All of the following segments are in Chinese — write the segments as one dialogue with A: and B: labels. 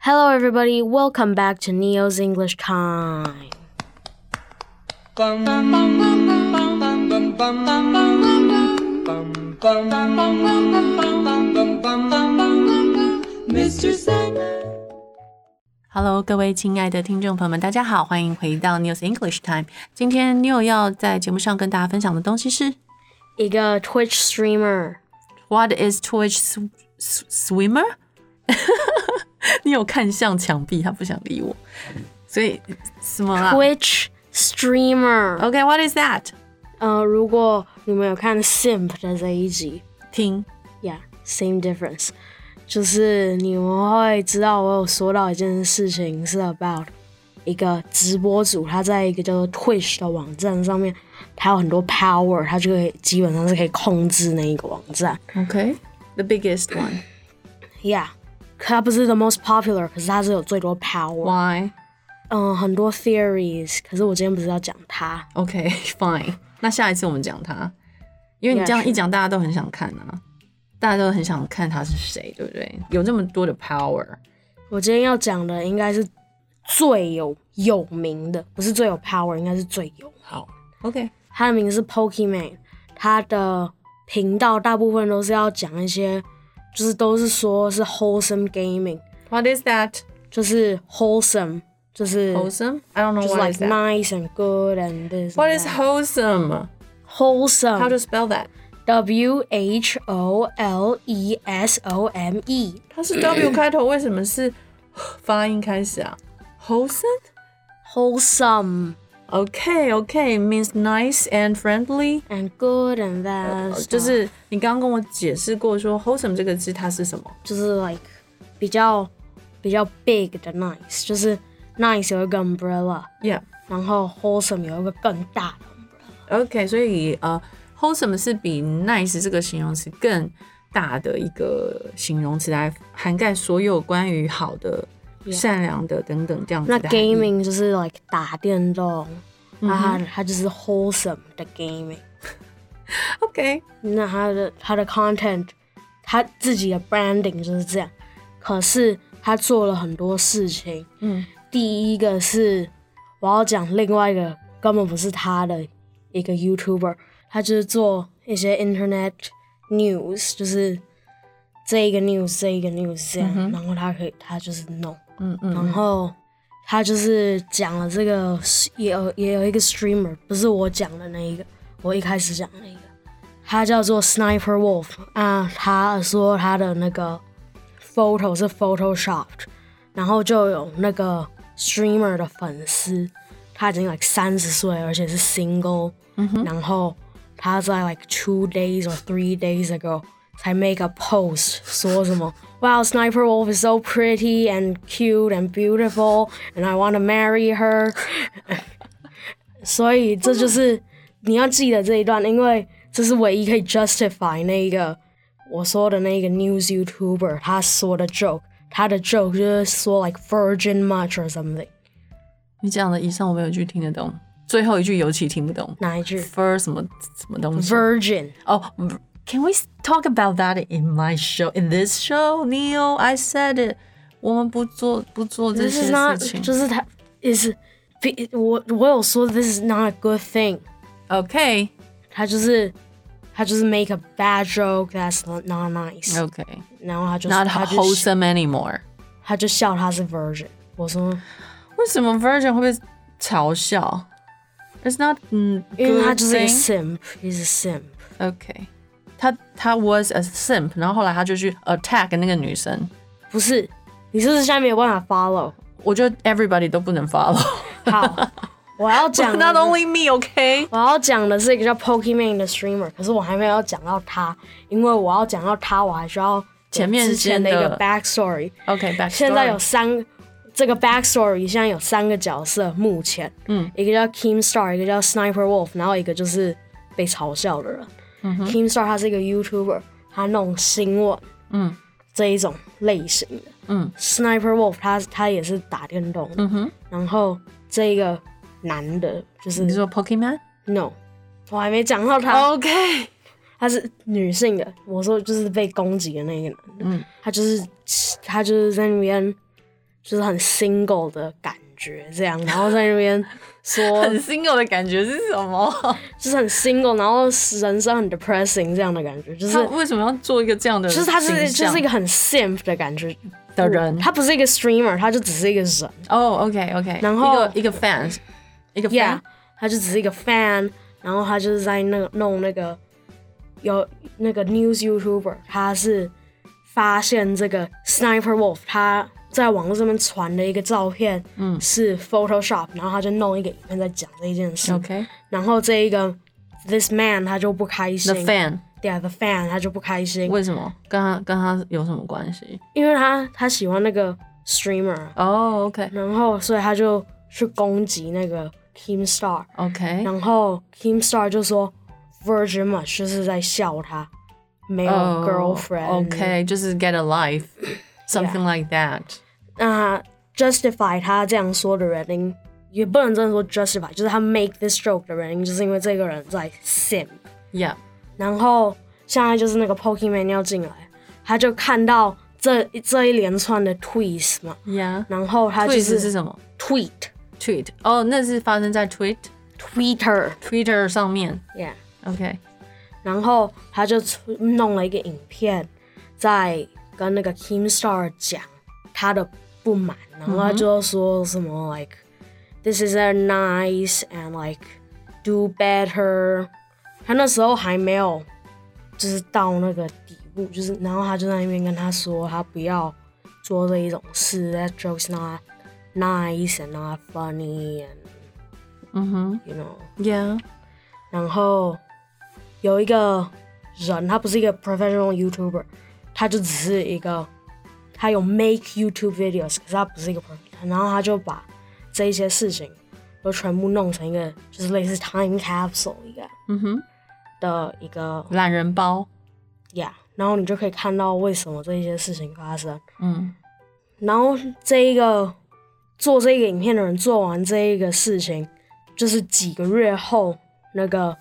A: Hello, everybody. Welcome back to Neo's English Time.
B: Mr. Sandman.
C: Hello，各位亲爱的听众朋友们，大家好，欢迎回到 News English Time。今天 New 要在节目上跟大家分享的东西是
A: 一个 Twitch streamer，
C: What is Twitch sw- sw- swimmer？你有看向墙壁，他不想理我，所以什么啊
A: Twitch streamer。
C: ？OK，What、is that？
A: 呃，如果你们有看 Simp 的这一集
C: 听，
A: ，Yeah，same difference，就是你们会知道我有说到一件事情是 about 一个直播主，他在一个叫做 Twitch 的网站上面，他有很多 power，他就可以基本上是可以控制那一个网站。
C: OK，the、biggest one。
A: Yeah，可它不是 the most popular，可是它是有最多 power。
C: Why？OK，fine、
A: 嗯，很多 theories，可是我今天不是要讲它。
C: fine。那下一次我们讲他，因为你
A: Yeah，
C: 这样一
A: 是
C: 讲，大家都很想看啊，大家都很想看他是谁，对不对？有这么多的 power。
A: 我今天要讲的应该是最有有名的，不是最有 power，应该是最有。
C: 好，OK，
A: 它的名字是 Pokemon，它的频道大部分都是要讲一些，就是都是说是 wholesome gaming，
C: What is that?
A: 就是 wholesome，就是。
C: Wholesome? I don't know
A: Mm. Just
C: what
A: like
C: is that.
A: nice and good and this.
C: What
A: and
C: is
A: that.
C: wholesome?
A: wholesome?
C: How to spell that?
A: W H O L E S O M E
C: 它是 W 开头，为什么是发音开始啊？Wholesome?
A: wholesome
C: Okay, okay, means nice and friendly.
A: and good and that，、
C: 就是你刚刚跟我解释过说 wholesome 这个字它是什么？
A: 就是 like 比较比较 big 的 nice，就是 nice 有一个 umbrella，
C: Yeah.
A: 然后 wholesome 有一个更大的 umbrella。
C: OK，所以呃，wholesome 是比 nice 这个形容词更大的一个形容词，来涵盖所有关于好的、善良的等等这样子
A: 那
C: 的含义。
A: gaming 就是 like 打电动，那它它就是 wholesome 的 gaming。
C: OK，
A: 那他的他的 content，他自己的 branding 就是这样。可是他做了很多事情，
C: 嗯，
A: 第一个是我要讲另外一个根本不是他的一个 YouTuber，他就是做一些 internet news，就是这一个 news 这一个 news 这样，然后他可以他就是弄，
C: 嗯嗯。
A: 然后他就是讲了这个，也有也有一个 streamer，不是我讲的那一个，我一开始讲的那一个，他叫做 Sniper Wolf 啊，他说他的那个 photo 是 photoshopped，然后就有那个 streamer 的粉丝，他已经 like 三十岁，而且是 single，、然后他在 like two days or three days ago 才 make a post 说什么 Wow Sniper Wolf is so pretty and cute and beautiful and I want to marry her，所以这就是你要记得这一段，因为这是唯一可以 justify 那一个我说的那个 news YouTuber 他说的 joke，他的 joke 就是说 like virgin much or something
C: 你讲的以上我没有一句听得懂，最后一句尤其听不懂。
A: 哪一句
C: For 什么什么东西？
A: virgin。
C: 哦、c a n we talk about that in my show? In this show, Neil, I said it. 我们不做不做这
A: ，This
C: 些
A: is not
C: 事情。
A: 就是他 is 比我我有说 This is not a good thing，
C: OK
A: 他就是他就是 make a bad joke that's not not nice，、
C: OK,
A: 然后他就
C: not
A: 他就
C: wholesome anymore.
A: 他就笑他是 virgin，我说
C: 为什么 Virgin 会被嘲笑？It's not 嗯，
A: 因为他就是一个
C: good thing.
A: simp，is a simp。
C: OK，他他 was a simp，然后后来他就去 attack 那个女生。
A: 不是，你是不是现在没有办法 follow？
C: 我觉得 everybody 都不能 follow。
A: 好，我要 讲
C: Not
A: 的
C: only me, OK？
A: 我要讲的是一个叫 Pokemon 的 streamer，可是我还没有要讲到他，因为我要讲到他，我还需要有
C: 前面
A: 之前的一
C: 先
A: 个
C: 的
A: backstory。
C: OK，back
A: 现在有三这个 backstory，现在有三个角色，目前，嗯，一个叫 Kim Star，一个叫 Sniper Wolf，然后一个就是被嘲笑的人。Kim Star 他是一个 YouTuber，他弄新闻，嗯，这一种类型的，嗯，Sniper Wolf 他他也是打电动，嗯哼，嗯然后这个男的就是
C: 你说 Pokemon？
A: No，我还没讲到他。
C: OK，
A: 她是女性的，
C: 嗯
A: 我说就是被攻击的那个男的，他就是他就是在那边就是很 single 的感觉这样，然后在那边说
C: 很 single 的感觉是什么？
A: 就是很 single，然后人生很 depressing 这样的感觉，就是
C: 他为什么要做一个这样的
A: 就
C: 形
A: 是
C: 象？
A: 他是就是一个很 simp 的感觉
C: 的人
A: 他不是一个 streamer，他就只是一个人
C: 哦，OK，OK、o k OK，
A: 然后
C: 一个一个 fans，一个 fan，
A: ，yeah，他就只是一个 fan，然后他就是在那个弄那个有那个 news YouTuber，他是发现这个 Sniper Wolf 他在网络上面传的一个照片，嗯，是 Photoshop，然后他就弄一个影片在讲这一件事
C: OK，
A: 然后这一个 this man 他就不开心
C: The fan
A: 对啊 the fan 他就不开心，
C: 为什么跟他跟他有什么关系？
A: 因为他他喜欢那个 streamer，
C: 哦，OK，OK、
A: 然后所以他就去攻击那个 Kim Star，
C: o k OK，
A: 然后 Kim Star 就说 Virgin Much 就是在笑他没有 girlfriend，、
C: 哦 OK，就是 get a life，something like that。
A: 那 justify 他这样说的原因。也不能真的说 justify，就是他 make this joke 的原因，就是因为这个人在 sim，
C: Yeah，
A: 然后现在就是那个 Pokemon 要进来，他就看到这这一连串的 tweets 嘛，
C: yeah。
A: 然后他就
C: Tweet
A: 是
C: 是什么
A: tweet
C: ？Tweet 哦，那是发生在 Tweet
A: Twitter
C: Twitter 上面。
A: yeah，
C: OK，
A: 然后他就出弄了一个影片，在跟那个 Kim Star 讲他的不满，然后他就说什么 like this isn't nice and like do better，他那时候还没有就是到那个底部，就是然后他就在那边跟他说他不要做这一种事，that joke's not nice and not funny and
C: 嗯哼
A: you know。
C: ，Yeah，
A: 然后有一个人，他不是一个 professional YouTuber，他就只是一个，他有 make YouTube videos，可是他不是一个 pro，然后他就把这一些事情都全部弄成一个，就是类似 time capsule 一样
C: 嗯哼，
A: 的一个
C: 懒人包，
A: yeah，然后你就可以看到为什么这一些事情发生。
C: 嗯
A: 然后这一个做这个影片的人做完这一个事情，就是几个月后，那个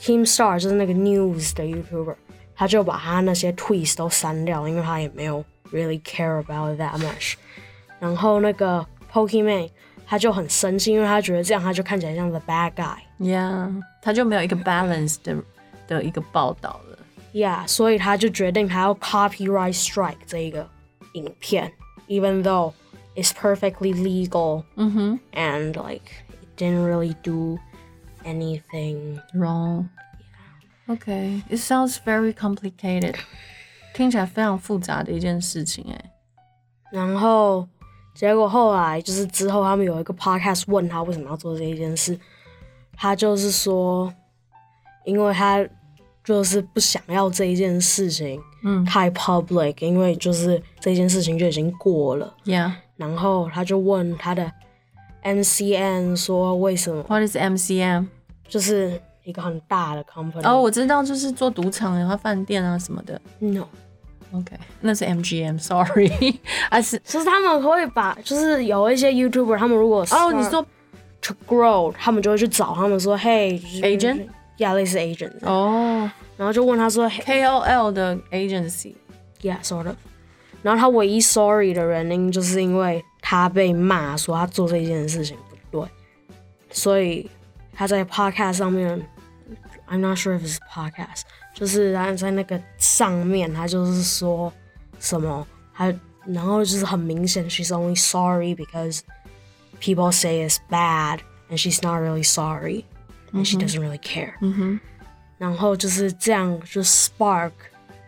A: Kim Star 就是那个 News 的 YouTuber，他就把他那些 tweets 都删掉，因为他也没有 really care about it that much。然后那个 Pokemon 他就很生气，因为他觉得这样他就看起来像 the bad guy。
C: ，Yeah，他就没有一个 balance 的的一个报道了。
A: Yeah，所以他就决定他要 copyright strike 这一个影片，even though it's perfectly legal，嗯哼，and like it didn't really do anything。
C: Wrong. OK, it sounds very complicated. 听起来非常复杂的一件事情、哎，
A: 然后结果后来就是之后他们有一个 podcast 问他为什么要做这一件事，他就是说，因为他就是不想要这一件事情，嗯，太 public，因为就是这件事情就已经过了。
C: Yeah.
A: 然后他就问他的 MCN 说为什么，
C: What is MCM?
A: 就是一个很大的 company。
C: 哦、我知道，就是做赌场然后饭店啊什么的。
A: no，
C: OK，那是 MGM。Sorry，啊 是
A: 就是他们会把，就是有一些 YouTuber，他们如果
C: 哦
A: start
C: 你说
A: to grow，他们就会去找他们说，嘿
C: Agent？
A: 呀，类似 agent，
C: 哦、
A: 然后就问他说，嘿
C: KOL 的 agency。
A: ，yeah，sort of。然后他唯一 sorry 的原因，就是因为他被骂说他做这件事情不对，所以他在 podcast 上面，I'm not sure if it's podcast，就是他在那个上面，他就是说什么，他然后就是很明显，she's only sorry because people say it's bad and she's not really sorry and she doesn't really care。然后就是这样，就 spark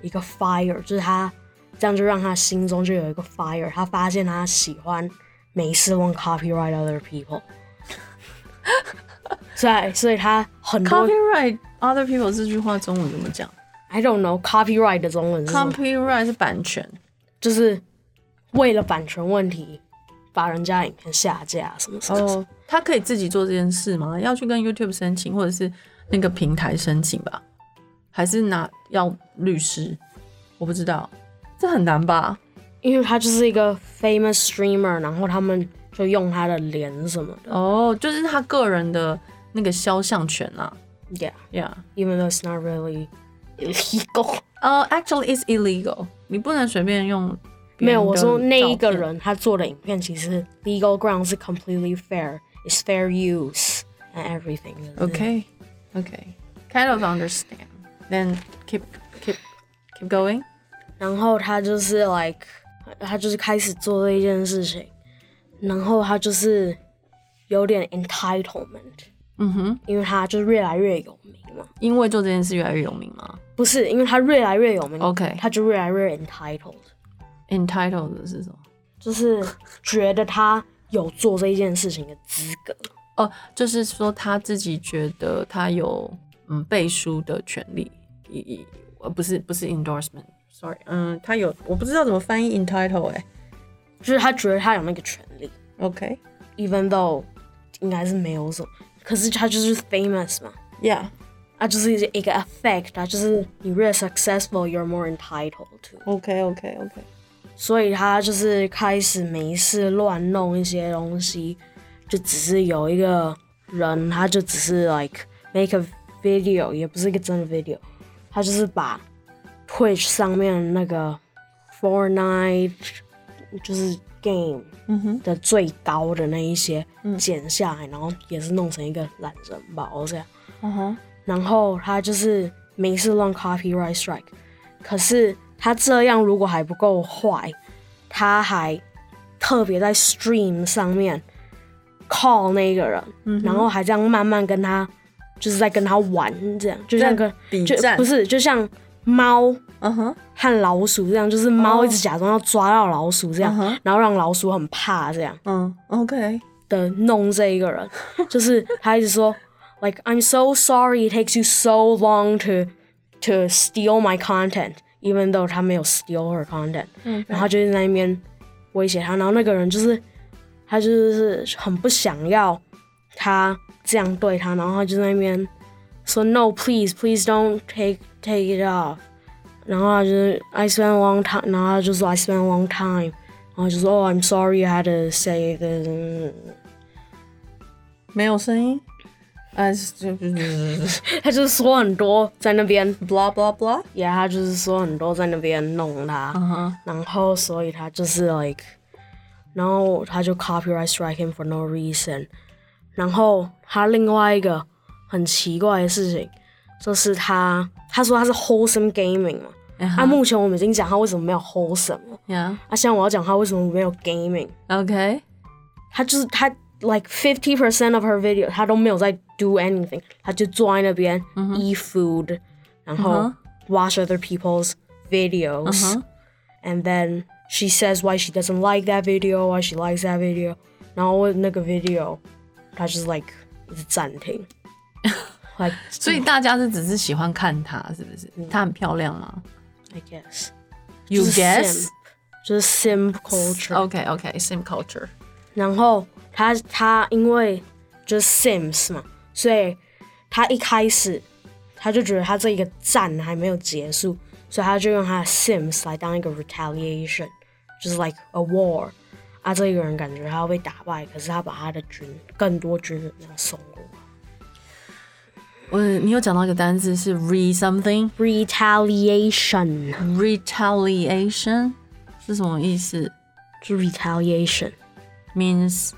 A: 一个 fire，就是他这样就让他心中就有一个 fire，他发现他喜欢没事问 copyright other people，所以所以他很多
C: Copyright other people 这句话中文怎么讲
A: I don't know copyright 的中文是什么
C: ？Copyright 是版权。
A: 就是为了版权问题把人家影片下架什么什么什么
C: 哦，他可以自己做这件事吗？要去跟 YouTube 申请，或者是那个平台申请吧？还是拿要律师？我不知道，这很难吧？
A: 因为他就是一个 famous streamer，然后他们就用他的脸什么的
C: 哦，就是他个人的那个肖像权啊
A: ，yeah。
C: ，Yeah。
A: even though it's not really illegal.
C: 哦呃、a c t u a l l y it's illegal，你不能随便用别
A: 没
C: 人
A: 有，
C: 的
A: 我说那一个
C: 照片
A: 人他做的影片其实 legal ground 是 completely fair，is fair use and everything 就是。
C: Okay. Okay. Kind of understand. Then keep keep keep going.
A: 然后他就是 like，他就是开始做这一件事情，然后他就是有点 entitlement，
C: 嗯哼，
A: 因为他就是越来越有名嘛。
C: 因为做这件事越来越有名嘛
A: 不是，因为他越来越有名
C: OK
A: 他就越来越 entitled，
C: ，entitled 是什么？
A: 就是觉得他有做这一件事情的资格。
C: 哦，就是说他自己觉得他有嗯背书的权利，以以呃不是不是 endorsement，sorry，嗯，他有我不知道怎么翻译 entitle 哎、
A: 就是他觉得他有那个权利
C: o k
A: ，even though 应该是没有什么，可是他就是 famous 嘛，
C: y e a h
A: 啊，就是一个 effect 啊，就是你越 successful，you're more entitled to。
C: o k o k o k
A: 所以他就是开始没事乱弄一些东西，就只是有一个人，他就只是 like make a video，也不是一个真的 video，他就是把 Twitch 上面那个 Fortnite 就是 game
C: 嗯
A: 的最高的那一些剪下来，然后也是弄成一个懒人包这样。
C: 嗯哼，
A: 然后他就是没事乱 copyright strike，可是他这样如果还不够坏，他还特别在 stream 上面 call 那个人，
C: 嗯
A: 然后还这样慢慢跟他，就是在跟他玩，这样就像个
C: 比
A: 就
C: 战
A: 不是就像猫
C: 嗯哼，
A: 和老鼠这样，就是猫一直假装要抓到老鼠这样
C: 嗯哼
A: 然后让老鼠很怕这样。
C: 嗯，OK，
A: 的弄这一个人，就是他一直说，like I'm so sorry it takes you so long to to steal my content, even though 他没有 steal her content，、然后他就是在那边威胁他，然后那个人就是他就是很不想要他这样对他，然后他就在那边说 No please please don't take take it off，然后他就是 I spent a long time，然后他就说 I spent a long time。然后就说哦、i m sorry, I had to say this。
C: 没有声音，啊，就就就
A: 他就是说很多在那边，
C: blah blah blah，
A: 也、yeah, 他就是说很多在那边弄他
C: 嗯哼，
A: 然后所以他就是 like，然后他就 copyright strike him for no reason。然后他另外一个很奇怪的事情，就是他他说他是 wholesome gaming 嘛，那、
C: 嗯哼
A: 啊、目前我们已经讲他为什么没有 wholesome 了，啊，现在我要讲他为什么没有 gaming。
C: ，Yeah，OK，
A: 他就是他 like fifty percent of her video，他都没有在 do anything，他就坐在那边、eat food，然后 watch other people's videos，、and then she says why she doesn't like that video, why she likes that video，然后那个 video，他就是 like 一直暂 停，like
C: 所以大家是只是喜欢看她，是不是？她很漂亮吗
A: I guess
C: ？You
A: 就是
C: guess？
A: simp，就是 simp culture。
C: OK OK sim culture，
A: 然后他他因为就是 Sims 嘛，所以他一开始他就觉得他这一个战还没有结束，所以他就用他的 Sims 来当一个 retaliation，就是 like a war。啊，这一个人感觉他要被打败，可是他把他的军更多军人这样送过来
C: 我你有讲到一个单字是 re something
A: ，retaliation
C: retaliation 是什么意思
A: 就是 retaliation
C: ？means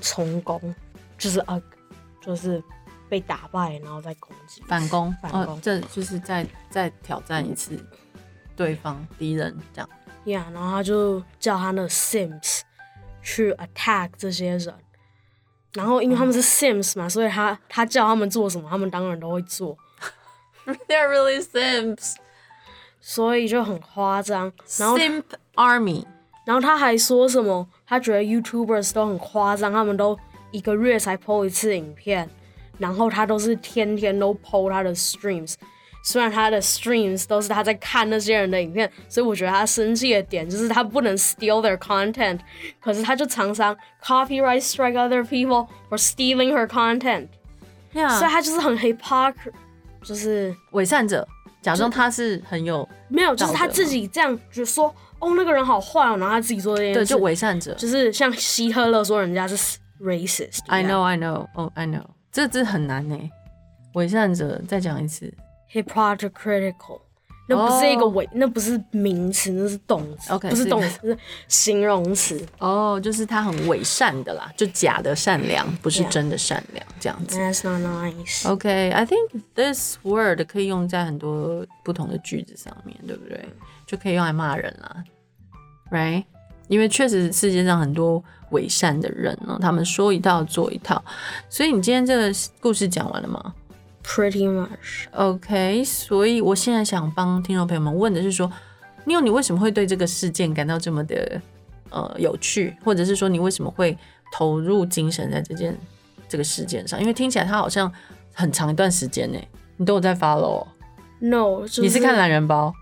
A: 从攻，就是呃就是被打败然后再攻击，
C: 反攻，
A: 反攻
C: 哦，这就是再再挑战一次对方敌人这样。
A: Yeah，然后他就叫他的 Sims 去 attack 这些人，然后因为他们是 Sims 嘛，所以他他叫他们做什么，他们当然都会做，
C: They're really simps,
A: 所以就很夸张。然后
C: simp army.
A: 然后他还说什么，他觉得 YouTubers 都很夸张，他们都一个月才 PO 一次影片，然后他都是天天都 PO 他的 streams。虽然他的 streams 都是他在看那些人的影片，所以我觉得他生气的点就是他不能 steal their content，可是他就常常 copyright strike other people for stealing her content，、所以
C: Yeah，
A: 他就是很 hypocr，就是
C: 伪善者假装他是很有
A: 没有，就是
C: 道德
A: 他
C: 吗
A: 自己这样就说，哦那个人好坏哦，然后他自己做这件事，
C: 对，就伪善者。
A: 就是像希特勒说人家是 racist 一
C: I
A: 样
C: know, I know, oh, I know. 欸这这很难呢。伪善者，再讲一次。
A: hypocritical，那不是一个
C: 哦
A: 伪那不是名词，那是动词
C: OK，
A: 不是
C: 是
A: 动词， 是形容词。
C: 哦，就是他很伪善的啦，就假的善良，不是
A: Yeah.
C: 真的善良这样子。
A: That's not
C: 哦
A: nice.
C: OK，I、think this word 可以用在很多不同的句子上面，对不对？就可以用来骂人啦，right？因为确实世界上很多伪善的人呢，他们说一套做一套。所以你今天这个故事讲完了吗？
A: Pretty much.
C: OK，所以我现在想帮听众朋友们问的是说，你有你为什么会对这个事件感到这么的呃有趣，或者是说你为什么会投入精神在这件这个事件上？因为听起来它好像很长一段时间呢，你都有在 follow，、哦
A: No，、就是、
C: 你是看懒人包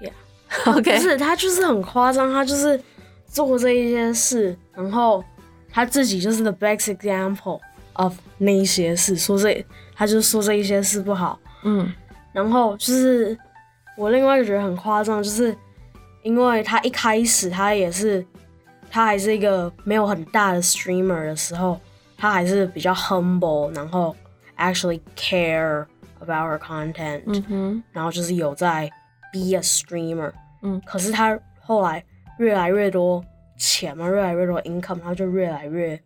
A: Yeah
C: OK，
A: 不是他就是很夸张，他就是做这一些事，然后他自己就是 the best example of 那一些事，说这他就说这一些事不好，
C: 嗯，
A: 然后就是我另外一个觉得很夸张，就是因为他一开始他也是他还是一个没有很大的 streamer 的时候，他还是比较 humble，然后 actually care about her content，、
C: 嗯哼，
A: 然后就是有在 be a streamer，
C: 嗯
A: 可是他后来越来越多钱嘛，越来越多 income，他就越来越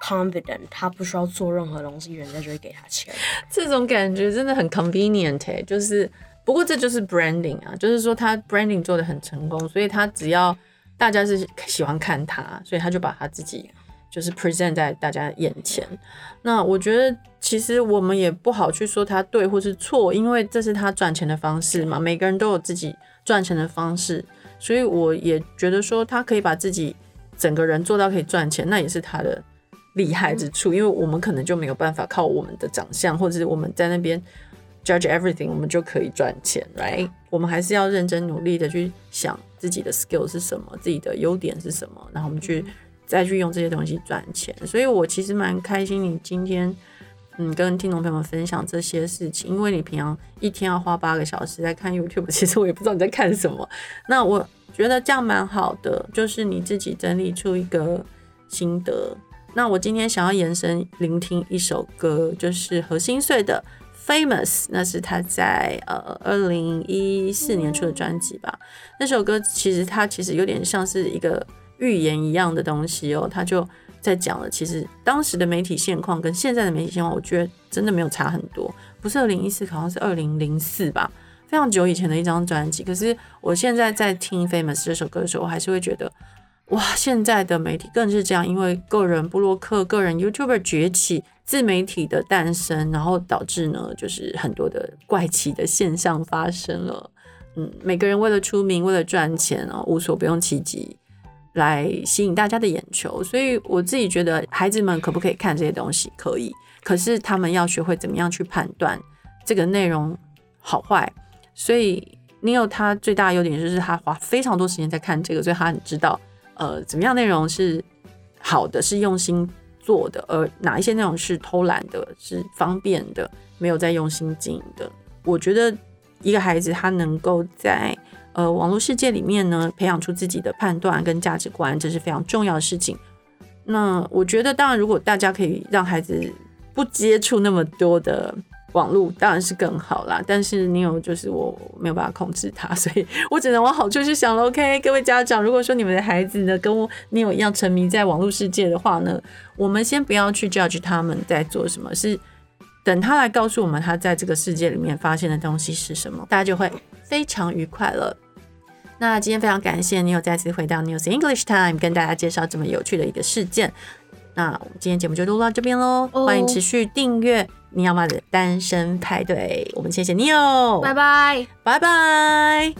A: confident，他不需要做任何东西，人家就会给他钱。
C: 这种感觉真的很 convenient，、欸、就是不过这就是 branding 啊，就是说他 branding 做的很成功，所以他只要大家是喜欢看他，所以他就把他自己就是 present 在大家眼前。那我觉得其实我们也不好去说他对或是错，因为这是他赚钱的方式嘛，每个人都有自己赚钱的方式，所以我也觉得说他可以把自己整个人做到可以赚钱，那也是他的厉害之处，因为我们可能就没有办法靠我们的长相，或者是我们在那边 judge everything，我们就可以赚钱，right？我们还是要认真努力的去想自己的 skill 是什么，自己的优点是什么，然后我们去再去用这些东西赚钱。所以我其实蛮开心，你今天。嗯，跟听众朋友们分享这些事情，因为你平常一天要花八个小时在看 YouTube，其 实我也不知道你在看什么。那我觉得这样蛮好的，就是你自己整理出一个心得。那我今天想要延伸聆听一首歌，就是何心碎的《Famous》，那是他在呃二零一四年出的专辑吧。那首歌其实它其实有点像是一个预言一样的东西哦，它就在讲了，其实当时的媒体现况跟现在的媒体现况，我觉得真的没有差很多，不是二零一四，好像是二零零四吧，非常久以前的一张专辑。可是我现在在听《Famous》这首歌的时候，我还是会觉得。哇，现在的媒体更是这样，因为个人布洛克、个人 YouTuber 崛起，自媒体的诞生，然后导致呢，就是很多的怪奇的现象发生了。嗯，每个人为了出名、为了赚钱哦，无所不用其极，来吸引大家的眼球。所以我自己觉得，孩子们可不可以看这些东西？可以，可是他们要学会怎么样去判断这个内容好坏。所以 Neo 他最大的优点就是他花非常多时间在看这个，所以他很知道呃怎么样内容是好的，是用心做的，而哪一些内容是偷懒的，是方便的，没有在用心经营的。我觉得一个孩子他能够在呃网络世界里面呢，培养出自己的判断跟价值观，这是非常重要的事情。那我觉得，当然，如果大家可以让孩子不接触那么多的网络，当然是更好啦。但是你有，就是我没有办法控制他，所以我只能往好处去想了。OK，各位家长，如果说你们的孩子呢跟我你有一样沉迷在网络世界的话呢，我们先不要去 judge 他们在做什么，是等他来告诉我们他在这个世界里面发现的东西是什么，大家就会非常愉快了。那今天非常感谢你有再次回到 News English Time，跟大家介绍这么有趣的一个事件。那我们今天节目就录到这边喽，
A: 哦
C: 欢迎持续订阅尼亚妈的单身派对。我们谢谢 Neo，
A: 拜拜。
C: 哦拜拜。